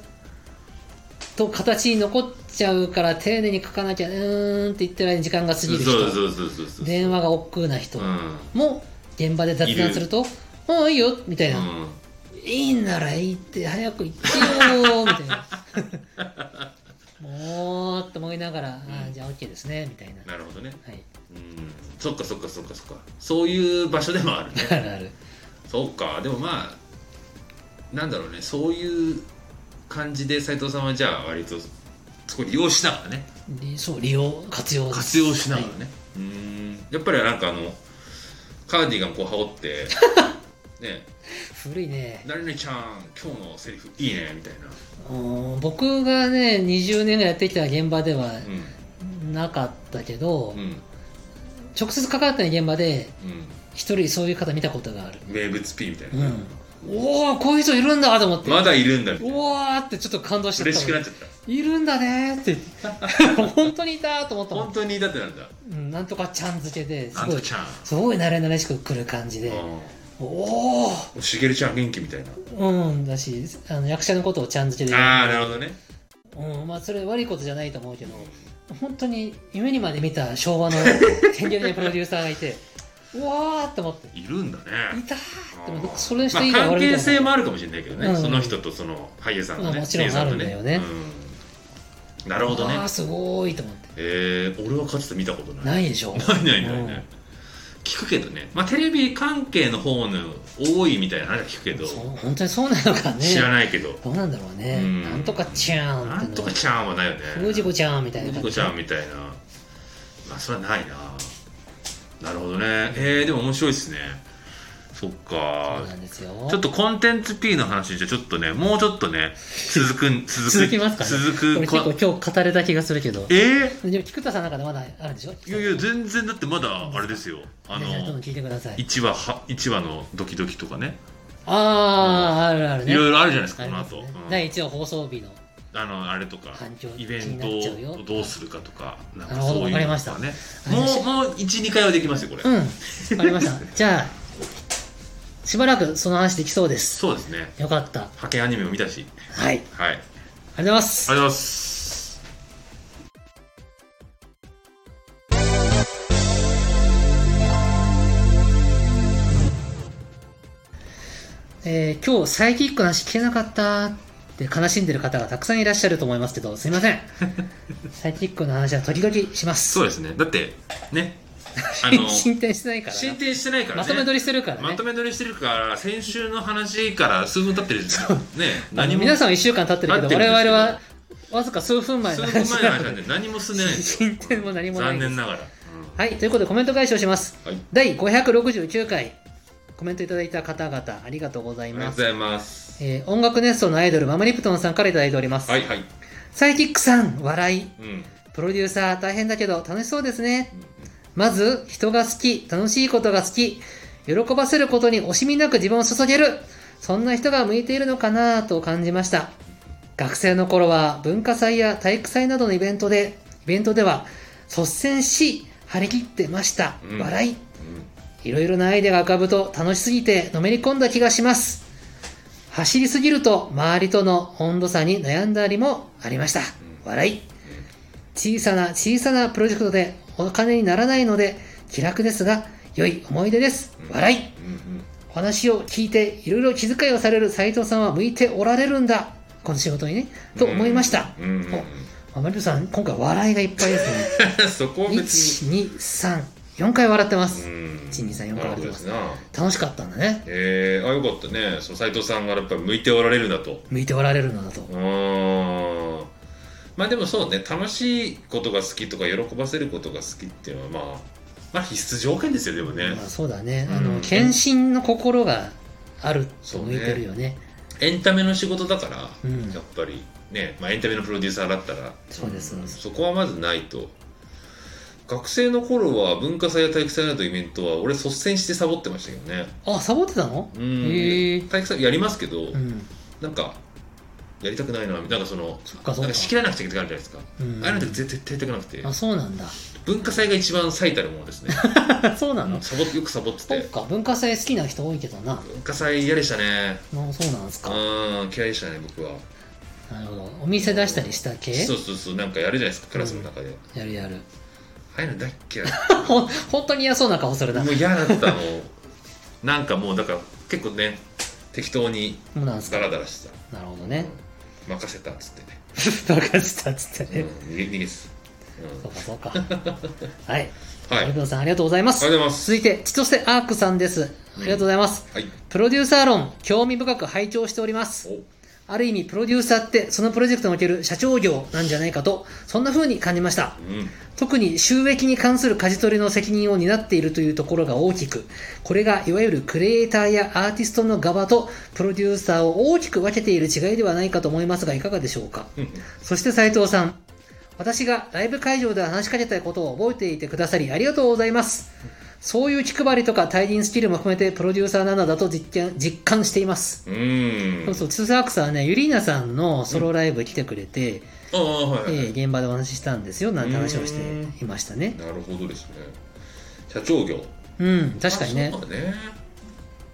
と形に残っちゃうから丁寧に書かなきゃうーんって言ってる間に時間が過
そ
ぎ
う
る
そう
人
そうそうそうそう
電話が億劫な人
うん
も現場で雑談すると「もういいよ」みたいな、
うん
いいんならいいって早く行ってよ」みたいなもうと思いながら「あーじゃあ OK ですね」みたいな、
なるほどね
はい、
うんそっかそっかそっかそっかそういう場所でもあるね
あるある
そうかでもまあなんだろうねそういう感じで斉藤さんはじゃあ割とそこ利用しながらね
りそう利用活用です
活用しながら
は
ね、うーんやっぱりなんかあのカーディガンこう羽織って ね
い古いね
誰々ちゃん今日のセリフいいねみたいな、
うーん僕がね20年ぐらいやってきた現場ではなかったけど、
うんうん
直接関わった現場で一人そういう方見たことがある、
うん名物 P みたいうな、
ん、おおこういう人いるんだと思って、
まだいるんだみたいな
おーってちょっと感動しちゃった
嬉しくなっちゃった
いるんだねーって 本当にいたーと思ったも
本
ん、
当にだってなんだ
うん、なんとかちゃん付けです
なん
ご
と
い
ちゃん
すごい慣れ慣れしく来る感じで、
うん
おお
しげるちゃん元気みたいな
うんだしあの役者のことをちゃん付けで
ああなるほどね
うんまあ、それ悪いことじゃないと思うけど本当に夢にまで見た昭和 の天元のプロデューサーがいてうわーって思って
いるんだね
いたーって思っ
あー
てそれの人
まあ、
以外
関
悪い
係
と思
性
う、
もあるかもしれないけどね、
うん
その人とその俳優さんのね、
まあもちろん
声優さと
あるんだよね
うんなるほどね
あーすごーいと思って
えー、俺はかつて見たことない
ないでしょ
ないないないない、
うん
聞くけどね、まあ、テレビ関係の方の多いみたいな話は聞くけど、
そう本当にそうなのかね
知らないけど
どうなんだろうね、
うん
なんとかちゃーんっ
な
て
んとか
の
ちゃんはないよね
藤子ちゃんみたいな
藤
感
子
じ
ちゃんみたいなまあそれはないななるほどねえー、でも面白いですねそっ
そ
か
うなんですよ
ちょっとコンテンツ P の話じゃちょっとねもうちょっとね続くん続く
続きますかね
続
こ
く
れ結構今日語れた気がするけど
えー
でも菊田さんの中でまだあるでしょ
いやいや全然だってまだあれですよあ
皆さんどんど
の
ん聞いてください
1話は一話のドキドキとかね
あー、あるあるね
いろいろあるじゃないですか
あ
こ
り
の
ます
後、
ね
うん
第1話放送日の
あのあれとか
反響
イベン
気になっちゃう
ト
よ
をどうするかとかなんか
なるほど
そうい
わ
う
かり
の
ま
と
した
かね
わかりま
も
し
うもう12回はできますよこれ、
うんわかりました じゃあしばらくその話できそうです
そうですね
よかった
派遣アニメも見たし
はいありがと
はいありがと
うございます
うございます
えー今日サイキックの話聞けなかったって悲しんでる方がたくさんいらっしゃると思いますけど、すいま せん。サイキックの話は時々します。
そうですねだってねあ の
進展してないからな
進展してないからね
まとめ取りしてるからね。
まとめ撮りしてるから先週の話から数分経ってるじゃんね何
あの
も
皆さんは1週間経ってるけど、
経ってるんです
我
けど
々はわずか数分前
数
の
分前の
話
話
なの
なん
で
で 何も進んでないんですよ
進展も何もない
残
です
念ながら、
はい、ということでコメント解消します。
うんはい
第569回、コメントいただいた方々、ありがとうござい
あり
ま
がとうご
す。
ざいます
えー音楽ネストのアイドル、マムリプトンさんからいただいております。
はいはい
サイキックさん、笑い。
うんうん
プロデューサー大変だけど楽しそうですね。まず、人が好き、楽しいことが好き、喜ばせることに惜しみなく自分を注げる、そんな人が向いているのかなと感じました。学生の頃は文化祭や体育祭などのイベントで、イベントでは率先し、張り切ってました。
うん
笑い。
うん
いろいろなアイデアが浮かぶと楽しすぎてのめり込んだ気がします。走りすぎると周りとの温度差に悩んだりもありました。笑い。小さな小さなプロジェクトでお金にならないので気楽ですが良い思い出です。笑い。
うん
お話を聞いていろいろ気遣いをされる斉藤さんは向いておられるんだ。この仕事にね。と思いました。
うんうんうん
あマリオさん、今回笑いがいっぱいですね。
うん そこは別
1、2、3、4回笑ってま
に
す。
うん
1、2、3、4回笑ってます。
なるほどですな
楽しかったんだね。
えー、あよかったねその斉藤さんがやっぱり向いておられるんだと
向いておられるのだと
う。ーんまあでもそうね楽しいことが好きとか喜ばせることが好きっていうのはまあまあ必須条件ですよでもね
まあ、そうだね。あ
うん
の、献身の心があると向いてるよね。
エンタメの仕事だから、
うん
やっぱりね、まあ、エンタメのプロデューサーだったら
そうです
んそこはまずないと学生の頃は文化祭や体育祭などイベントは俺率先してサボってましたけどね
あ、サボってたの
う
へえ
ん体育祭やりますけど、
うん。
なんかやりたくないななんかその
そっかそ
な
っ
ん
か
か。仕切らなくちゃいけないじゃないですか、
うん
ああいうのって絶対やりたくなくて
あ、そう なんだ。
文化祭が一番最たるもの ですね
そうな
あ
の
のサボよくサボって
そってか、文化祭好きな人多いけどな。
文化祭嫌でしたね
あそうなんです
う
か。
ん嫌いでしたね僕は
なるほど。お店出したりした系
そうそうそうなんかやるじゃないですかクラスの中で、
やるや る。
ああいうの大っ嫌い
ほ、本当に嫌そうな顔するな。
も
も
う嫌だったもうなんかもうだから結構ね適当に
うなんです
ダ
か。
ラダラしてた、
なるほど
うん
ね。
任せたっつってね、
バカしたっつって
う
ね。、
ん逃げ逃げっす、
そうかそうか。はい。
うん、はいあ
マリ
り
ト
がとう
ンさんありがとうございま
ご
す。
ざいます
続いて、千歳アークさんです。ありがとうございます。
はい
プロデューサー論、興味深く拝聴しております。
お
ある意味、プロデューサーって、そのプロジェクトにおける社長業なんじゃないかと、そんな風に感じました。
うん
特に収益に関する舵取りの責任を担っているというところが大きく、これがいわゆるクリエイターやアーティストの側とプロデューサーを大きく分けている違いではないかと思いますが、いかがでしょうか。
うん
そして斉藤さん、私がライブ会場で話しかけたことを覚えていてくださりありがとうございます。そういう気配りとか対人スキルも含めてプロデューサーなのだと実験実感しています。
うん
そうそう、ツーサークさんはね、ユリーナさんのソロライブ来てくれて、
ああはい、
えー現場でお話ししたんですよ、なんて話をしていましたね。
なるほどですね社長業
うん、確かにね
あ。そうだね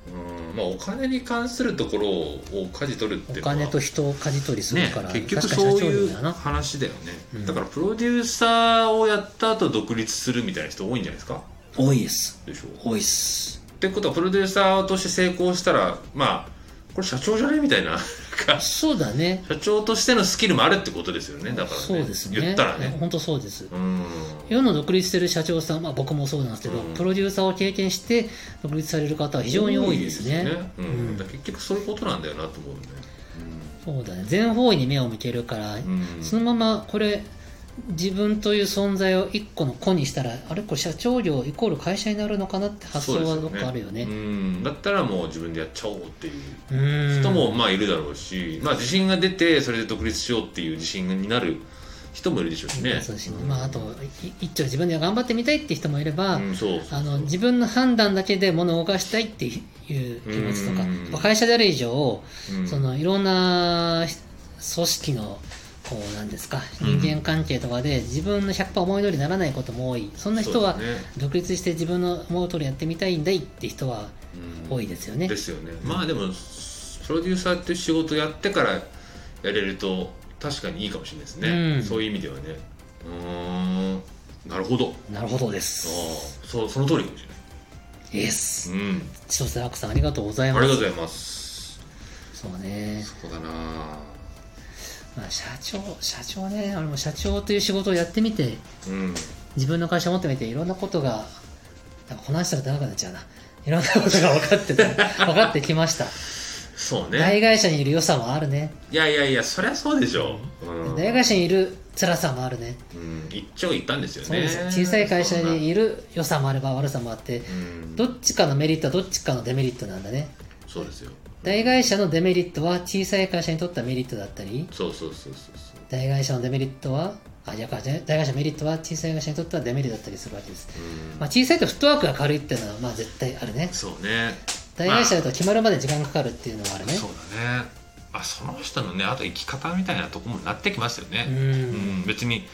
うんまあ、お金に関するところを舵取るっ
お
ていうのは
金と人を舵取りする
ね
から、、
結局
確か
そ
に
う
社長
い
力だ
う
な
話だよね、
うん
だからプロデューサーをやった後独立するみたいな人多いんじゃないですか
多いです
でしょう
多いです
ってことはプロデューサーとして成功したらまあこれ社長じゃねみたいな か
そうだね
社長としてのスキルもあるってことですよねだからね
そうですね
言ったらね
本当そうです
うん
世の独立してる社長さん、まあ、僕もそうなんですけど、
うん
プロデューサーを経験して独立される方は非常に多いですね
多いですねうん
うん
だから結局そういうことなんだよなと思うよね、
そうだね全方位に目を向けるから、
うん
そのままこれ自分という存在を一個の個にしたらあれこれ社長業イコール会社になるのかなって発想はどっかあるよね
そうですようんだったらもう自分でやっちゃおうっていう
うーん
人もまあいるだろうし、まあ、自信が出てそれで独立しようっていう自信になる人もいるでしょうしね。
そうですねまああとい一丁自分では頑張ってみたいって人もいれば、
うん、そうそう
あの自分の判断だけで物を動かしたいっていう気持ちとか、
うん
まあ会社である以上、
うん
そのいろんなひ組織のこうなんですか
うん
人間関係とかで自分の100%思い通りにならないことも多いそんな人は
そうですね
独立して自分の思う通りやってみたいんだいって人は
うん
多いですよね、
ですよね。まあでもプロデューサーっていう仕事やってからやれると確かにいいかもしれないですね。
うん
そういう意味ではね。うーんなるほど。
なるほどで
あ
す
ーそうその通りかもしれない。
イエス
うん、
千歳楽さんありがとうござい
あり
ま
がとう
す
ございます。
そうね、
そこだな。
まあ、社長社長ね俺も社長という仕事をやってみて
うん。
自分の会社持ってみていろんなことがなんかこの話したら長くなっちゃうないろんなことが分かってた 分かってきました
そうね。
大会社にいる良さもあるね
いやいやいや、そりゃそうでしょ。うん
大会社にいる辛さもあるね
うん、一長一短ですよ
そう
ね。
です小さい会社にいる良さもあれば悪さもあって
そんなうん
どっちかのメリットはどっちかのデメリットなんだね
そうですよ。
大会社のデメリットは小さい会社にとったメリットだったり
そうそうそうそうそう。
大会社のデメリットはあいや大会社のメリットは小さい会社にとってはデメリットだったりするわけです、
うん
まあ、小さいとフットワークが軽いっていうのはまあ絶対あるね
そうね。
大会社だと決まるまで時間かかるっていうのはあるね
そうだね。あ、その人のね、あと生き方みたいなとこもなってきますよ
う
ね。うん
ん、
別に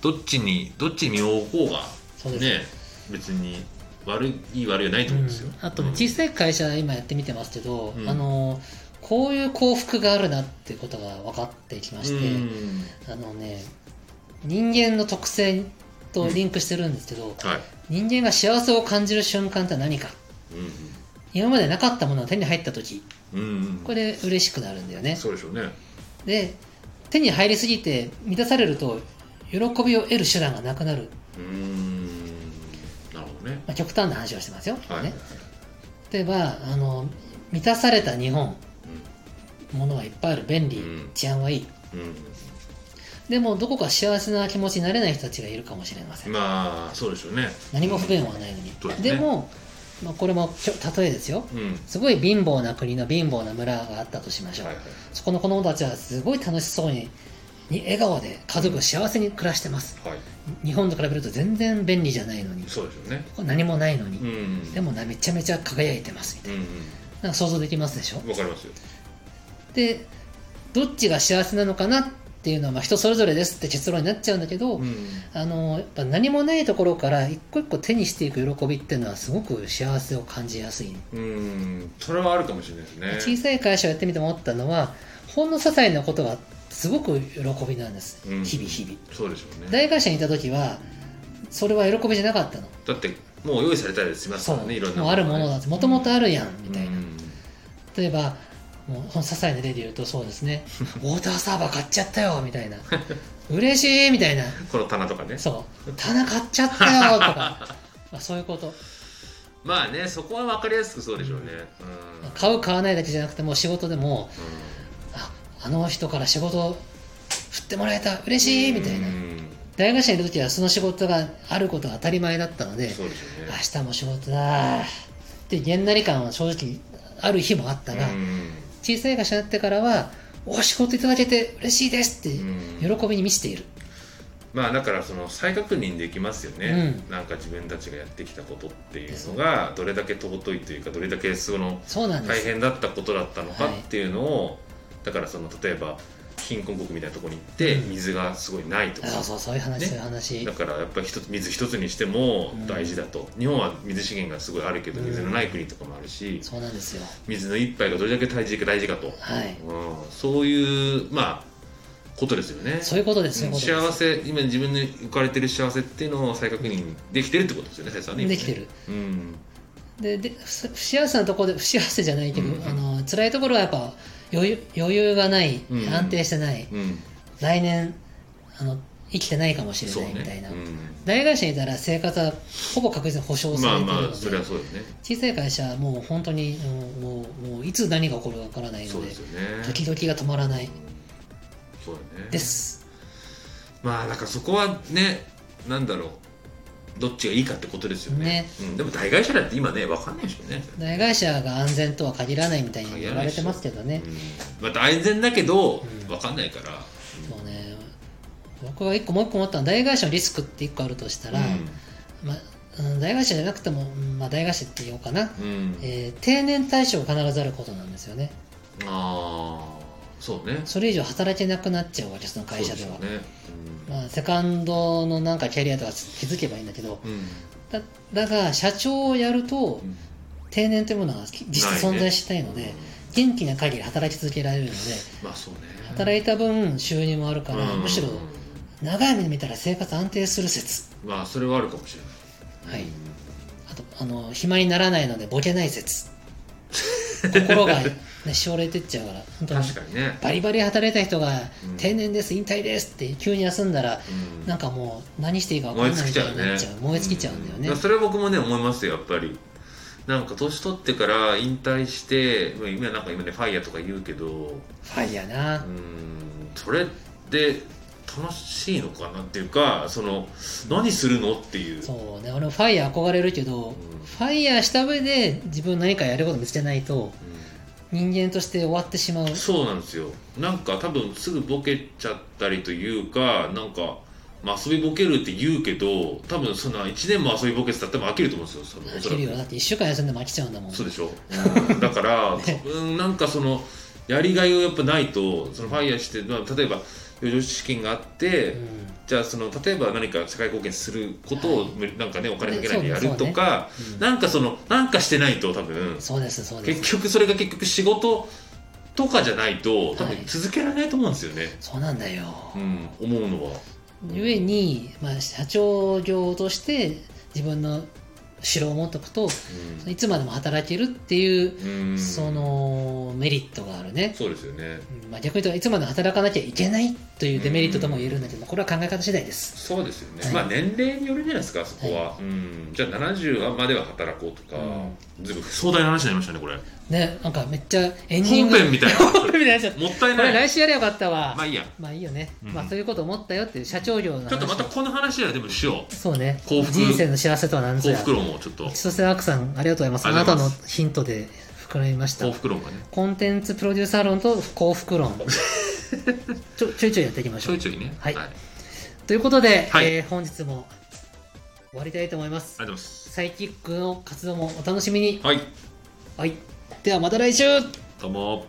どっちにどっちに身を置こうが
そうですね
ね、別に悪いいい悪いはないと思うんですよ。
あとね
うん
小さい会社今やってみてますけど、
うん
あのこういう幸福があるなっていうことが分かってきまして、
うん
あのね人間の特性とリンクしてるんですけど、
はい。
人間が幸せを感じる瞬間って何か
う
今までなかったものが手に入った時
んうん。うんうん。
これで嬉しくなるんだよね
そうでしょうね。
で手に入りすぎて満たされると喜びを得る手段がなくなる、
うん。なるほどね。
まあ、極端な話をしてますよ、
はい。
ね、例えばあの満たされた日本ものはいっぱいある便利
うん
治安はいい
うん
でもどこか幸せな気持ちになれない人たちがいるかもしれませ
うんん。まあそうでしょうね。
何も不便はないのに、
そうですね
でも、まあ、これもちょ例えですよ
うん。
すごい貧乏な国の貧乏な村があったとしましょう、
はいはい。
そこの子供たちはすごい楽しそうにに笑顔で家族幸せに暮らしてます
はい、
日本と比べると全然便利じゃないのに
そうでしょうね。
何もないのに、
ん
でもなめちゃめちゃ輝いてますみたい
うん
ななんか想像できますでしょ
うん、わかりますよ。
でどっちが幸せなのかなっていうのはまあ人それぞれですって結論になっちゃうんだけど、
ん、
あのやっぱ何もないところから一個一個手にしていく喜びっていうのはすごく幸せを感じやすい、
うん、それはあるかもしれないです
小
ね。
さい会社をやってみて思ったのはほんの些細なことがすごく喜びなんです、
うん
日々日々
そうでしょうね。
大会社にいた時はそれは喜びじゃなかったの
だって、もう用意されたりしますからね、いろんな
もうあるものだってもともとあるやんみたいな、
うん
例えばもうほんの些細な例で言うとそうです ねウォーターサーバー買っちゃったよみたいな嬉しいみたいな
この棚とかね。
そう棚買っちゃったよと かまあそういうこと
まあね、そこはわかりやすくそうでしょうね。うん。
買う買わないだけじゃなくてもう仕事でもああの人から仕事振ってもらえた嬉しいみたいな
うん
大学生の時はその仕事があることが当たり前だったので
そうでしょうね。
明日も仕事だってげんなり感は正直ある日もあったが、
うん
小さい会社になってからはお仕事いただけて嬉しいですって
うん
喜びに満ちている、
まあだからその再確認できますよね、
う
なんか自分たちがやってきたことっていうのがどれだけ尊いというかどれだけその
そうなんで
大
す
変だったことだったのかっていうのを、だからその例えば貧困国みたいなところに行って
うん
水がすごいないとか、
そうそうそういう話、
ね
そういう話
だからやっぱり一つ水一つにしても大事だと、日本は水資源がすごいあるけど
うん
水のない国とかもあるし、
そうなんですよ
水の一杯がどれだけ大事大事かと、
はい
うん、そういうまあことですよね
そういうことですそういううんことです
幸せ今自分の浮かれてる幸せっていうのを再確認できてるってことですよね先生ね今ね
できてる
うん
ででふ不幸せなところで不幸せじゃないけど、
うん
あの辛いところはやっぱ余裕余裕がない、
うん
安定してない
うん
来年あの生きてないかもしれ
そう
ない
ね
みたいな、
う
大会社にいたら生活はほぼ確実に保証
ん、
さ
まあ
れているので、
まあそれはそうよね
小さい会社はもう本当にうんもうもういつ何が起こるかわからない
そ
の
う
で
ですよね
時々が止まらない
そうだね
です、
まあなんかそこはねなんだろうどっちがいいかってことですよね
ね
うん、でも大会社だって今ね分かんないでしょうね、
大会社が安全とは限らないみたいに言われてますけど
う
ね
ん、また安全だけど
うん
分かんないから、
そうね僕が一個もう一個思ったのは大会社のリスクって一個あるとしたら、まうん大会社じゃなくても、うんまあ、大会社って言おうかな、
うん、うん
えー定年対象が必ずあることなんですよね
ああそうね
それ以上働けなくなっちゃうわけその会社では
そうすよね
まあ、セカンドのなんかキャリアとか気づけばいいんだけど
うん、うん
だだが社長をやると
うん
定年というものは実質存在しないので
うん
元気な限り働き続けられるので
まあそうね
働いた分収入もあるから、
うん
むしろ長い目で見たら生活安定する説
まあそれはあるかもしれない
はいあとあの暇にならないのでボケない説心が、 ね、しおれてっちゃうから本当に
確かにね、
バリバリ働いた人が
うん
定年です引退ですって急に休んだら
うん
なんかもう何していいか分か
燃え
んない
尽
み
き
た
ちゃ
いうにな
ね
っちゃう燃え尽きちゃうんだよね、
うそれは僕もね思いますよやっぱりなんか年取ってから引退してまあ今なんか今ねファイヤーとか言うけど
ファイヤー
う
な、
んそれって楽しいのかなっていうかその何するのっていう
そうね俺もファイヤー憧れるけど、
ん
ファイヤーした上で自分何かやること見つけないと人間として終わってしまう
うんそうなんですよなんか多分すぐボケちゃったりというかなんか、まあ、遊びボケるって言うけど多分そんな1年も遊びボケてたら多分飽きると思うんですよそのおそ
昼
らく
よだって1週間休んでも飽きちゃうんだもん
そうでしょ、だから、
ね
多分なんかそのやりがいをやっぱないとそのファイヤーして、まあ、例えば余剰資金があって、
うん
じゃあその例えば何か社会貢献することを、
は
なんかねお金かけない
そう
で
ね
やるとか、
うん
なんかそのなんかしてないと多分
そうですそうです
結局それが結局仕事とかじゃないと多
はい
分続けられないと思うんですよね、
そうなんだよ、
うん、思うのは。
ゆえに、まあ、社長業として自分の城を持っとくといつまでも働けるっていう、
うん
そのメリットがあるね、
そうですよね
うんまあ、逆に言うといつまでも働かなきゃいけないというデメリットとも言えるんだけど、これは考え方次第です
そうですよね、
はい
まあ年齢によるじゃないですかそこは、うんじゃあ70までは働こうとか、ずいぶん壮大な話になりましたねこれ
ねなんかめっちゃエンディン
本
グ
編み たいな
本編みたいになっちゃった
もったい
こ
な
れ
い
来週やればよかったわ、
まあいいや
まあいいよね、
うん
まあそういうこと思ったよっていう社長業の話
ちょっとまたこの話はでもしよ
そうね
幸福
人生の幸せとは何
う
ぞ
幸
や
福論をちょっと
千歳アークさんありがとうございます
あ
あ
りが
な
とう
た
ござい
の
ます
ヒントで膨らみました
幸福論がね
コンテンツプロデューサー論と幸福論ちょちょいちょいやっていきまし
ち
ょ
ょ
う
いちょいね
はい
ありがとう
ということで、
はい
えー本日も終わりたいと思います
ございます
サイキックの活動もお楽しみに
はい
はいではまた来週
どうも